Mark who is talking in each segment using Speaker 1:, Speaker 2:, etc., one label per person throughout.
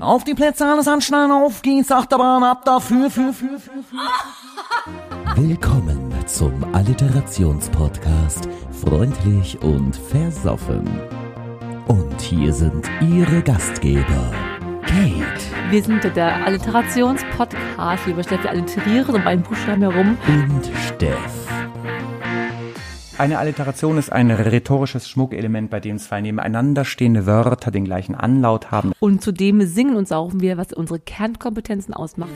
Speaker 1: Auf die Plätze alles anschnallen, auf geht's, Achterbahn, ab dafür, für, für, für, für.
Speaker 2: Willkommen zum Alliterationspodcast Freundlich und Versoffen. Und hier sind Ihre Gastgeber, Kate
Speaker 3: Wir sind der Alliterationspodcast. Lieber Steffi, alliterieren um einen Buchstaben herum.
Speaker 2: und Steff.
Speaker 4: Eine Alliteration ist ein rhetorisches Schmuckelement, bei dem zwei nebeneinander stehende Wörter den gleichen Anlaut haben.
Speaker 3: Und zudem singen und saufen wir, was unsere Kernkompetenzen ausmacht.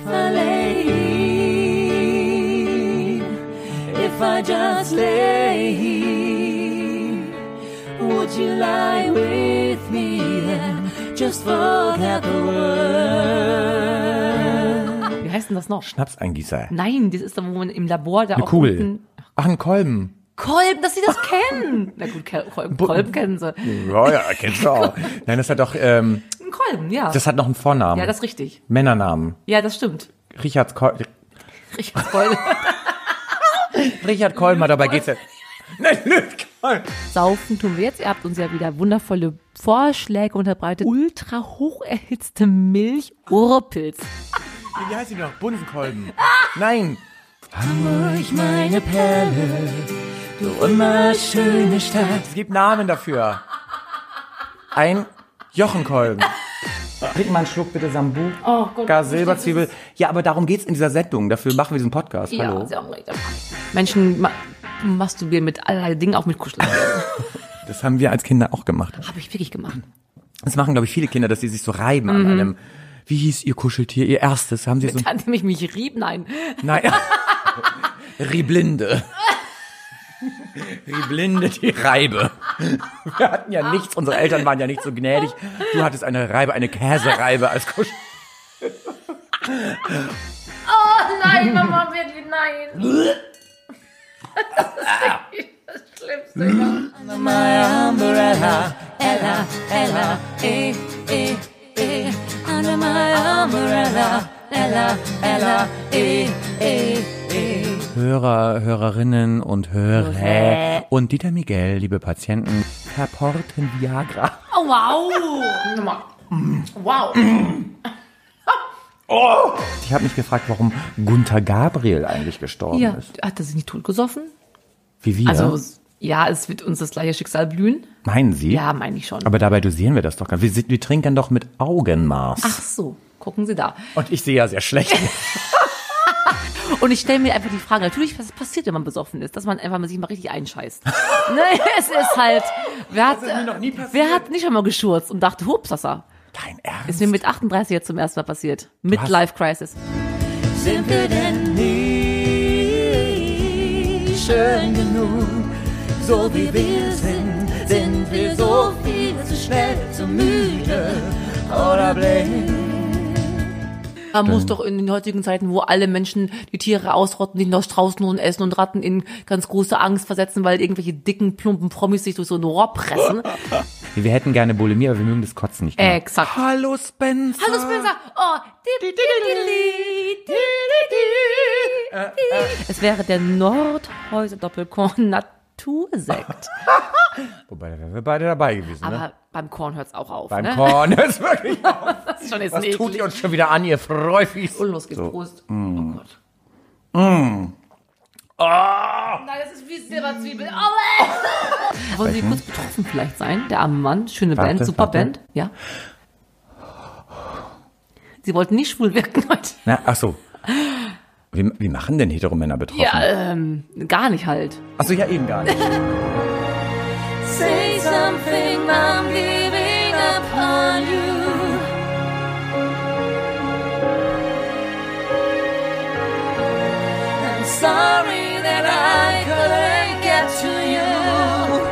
Speaker 3: Wie heißt denn das noch?
Speaker 5: Schnapseingießer.
Speaker 3: Nein, das ist doch, wo man im Labor da
Speaker 5: Eine
Speaker 3: auch
Speaker 5: Kugel.
Speaker 3: unten-
Speaker 5: Ach, ein Kolben.
Speaker 3: Kolben, dass sie das kennen. Na gut, Ke- Kolben, Kolben kennen sie. Ein
Speaker 5: Oh Ja, ja, kennst du auch. Nein, das hat doch, ähm,
Speaker 3: Kolben, ja.
Speaker 5: das hat noch einen Vornamen.
Speaker 3: ja, das ist richtig.
Speaker 5: Männernamen.
Speaker 3: Ja, das stimmt.
Speaker 5: Richard Kolben.
Speaker 3: Richard Kolben.
Speaker 5: Richard Kolben, dabei geht's ja. Nein, Lütkolben.
Speaker 3: Saufen tun wir jetzt. Ihr habt uns ja wieder wundervolle Vorschläge unterbreitet. Ultra hocherhitzte Milch Urpils.
Speaker 5: Wie heißt die noch? Bunsenkolben. Nein. Hamburg, meine Perle, du immer schöne Stadt. Es gibt Namen dafür. Ein Jochenkolben.
Speaker 4: Trink mal einen Schluck bitte Sambuc.
Speaker 3: Oh Gott.
Speaker 4: Gar Silberzwiebel. Ja, aber darum geht's in dieser Sendung. Dafür machen wir diesen Podcast.
Speaker 3: Ja,
Speaker 4: Hallo.
Speaker 3: Sie haben recht. Menschen ma masturbieren mit allerlei Dingen, auch mit Kuscheln. Habe
Speaker 4: Das haben wir als Kinder auch gemacht.
Speaker 3: ich wirklich gemacht.
Speaker 4: Das machen, glaube ich, viele Kinder, dass sie sich so reiben
Speaker 3: Mhm.
Speaker 4: an einem. Wie hieß ihr Kuscheltier? Ihr erstes? Haben sie so.
Speaker 3: Dann nehme ich mich rieb, nein.
Speaker 4: Nein. Riblinde. Riblinde, die Reibe. Wir hatten ja nichts, unsere Eltern waren ja nicht so gnädig. Du hattest eine Reibe, eine Käsereibe als Kuschel.
Speaker 3: Nein, Mama, wirklich, nein. Das ist das Schlimmste.
Speaker 4: Hörer, Hörerinnen und Hörer und Dieter Miguel, liebe Patienten, verporten Viagra.
Speaker 3: Oh, wow. Wow.
Speaker 4: Ich habe mich gefragt, warum Gunther Gabriel eigentlich gestorben
Speaker 3: Ja,
Speaker 4: ist.
Speaker 3: hat er sich nicht totgesoffen?
Speaker 4: Wie wir?
Speaker 3: Also, ja, es wird uns das gleiche Schicksal blühen.
Speaker 4: Meinen Sie?
Speaker 3: Ja, meine ich schon.
Speaker 4: Aber dabei dosieren wir das doch gar nicht. Wir, sind- wir trinken doch mit Augenmaß.
Speaker 3: Ach so, gucken Sie da.
Speaker 4: Und ich sehe ja sehr schlecht.
Speaker 3: Und ich stelle mir einfach die Frage, natürlich, was passiert, wenn man besoffen ist, dass man einfach mal sich mal richtig einscheißt. ne, es ist halt, wer hat, wer hat nicht einmal geschurzt und dachte, hups, das ist
Speaker 4: Dein Ernst?
Speaker 3: mir mit 38 jetzt zum ersten Mal passiert. Midlife Crisis.
Speaker 6: sind wir denn nie schön genug? So wie wir sind, sind wir so viel zu schnell, zu müde oder blind.
Speaker 3: Man muss doch in den heutigen Zeiten, wo alle Menschen die Tiere ausrotten, die noch Straußenhuhn essen und Ratten in ganz große Angst versetzen, weil irgendwelche dicken, plumpen Promis sich durch so ein Rohr pressen.
Speaker 4: Wir hätten gerne Bulimie, aber wir mögen das Kotzen nicht. gerne.
Speaker 3: Exakt.
Speaker 4: Hallo Spencer.
Speaker 3: Hallo Spencer. Oh. di- di- di- di- di- di-
Speaker 4: Äh,
Speaker 3: di- Es wäre der Nordhäuser Doppelkorn Natursekt.
Speaker 4: ne? Wobei, da wären wir beide dabei gewesen, ne?
Speaker 3: Aber beim Korn hört's auch auf.
Speaker 4: Beim
Speaker 3: ne?
Speaker 4: Korn ist wirklich auf.
Speaker 3: Das ist schon jetzt
Speaker 4: Was
Speaker 3: eklig.
Speaker 4: tut ihr Mm. uns schon wieder an, ihr Freufis?
Speaker 3: Und los geht's. Prost. Oh Gott.
Speaker 4: Mm. Ah!
Speaker 3: Nein, das ist wie Silberzwiebel. Oh, ey. Wollen Sie kurz betroffen vielleicht sein? Der arme Mann, schöne
Speaker 4: Warte,
Speaker 3: Band, super
Speaker 4: warte.
Speaker 3: Band. Ja. Sie wollten nicht schwul wirken heute.
Speaker 4: Na, ach so. Wie, wie machen denn hetero Männer betroffen?
Speaker 3: Ja, ähm, gar nicht halt.
Speaker 4: Ach so, ja eben gar nicht.
Speaker 6: Say something, I'm giving up on you. I'm sorry that I couldn't get to you.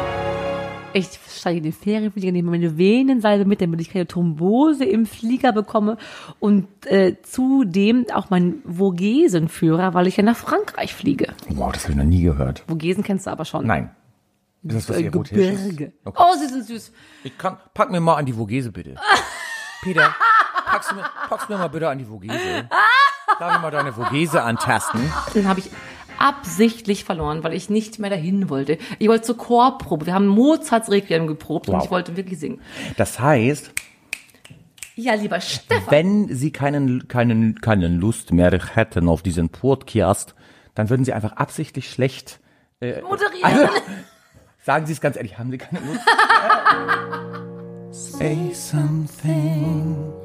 Speaker 3: Ich steige in den Ferienflieger, nehme meine Venensalbe mit, damit ich keine Thrombose im Flieger bekomme und äh, zudem auch meinen Vogesenführer, weil ich ja nach Frankreich fliege.
Speaker 4: Wow, das habe ich noch nie gehört.
Speaker 3: Vogesen kennst du aber schon.
Speaker 4: Nein. Ist das was
Speaker 3: Äh,
Speaker 4: Erotisches?
Speaker 3: Gebirge.
Speaker 4: Okay.
Speaker 3: Oh, sie sind süß.
Speaker 4: Ich kann, pack mir mal an die Vogese, bitte. Peter, packst du mir, packst mir mal bitte an die Vogese. Darf ich mal deine Vogese antasten?
Speaker 3: Den habe ich absichtlich verloren, weil ich nicht mehr dahin wollte. Ich wollte zur Chorprobe. Wir haben Mozarts Requiem geprobt und
Speaker 4: Wow.
Speaker 3: ich wollte wirklich singen.
Speaker 4: Das heißt,
Speaker 3: Ja, lieber Stefan.
Speaker 4: Wenn Sie keinen, keinen, keinen Lust mehr hätten auf diesen Podcast, dann würden Sie einfach absichtlich schlecht äh, also,
Speaker 3: Moderieren.
Speaker 4: Sagen Sie es ganz ehrlich, haben Sie keine Lust? Say something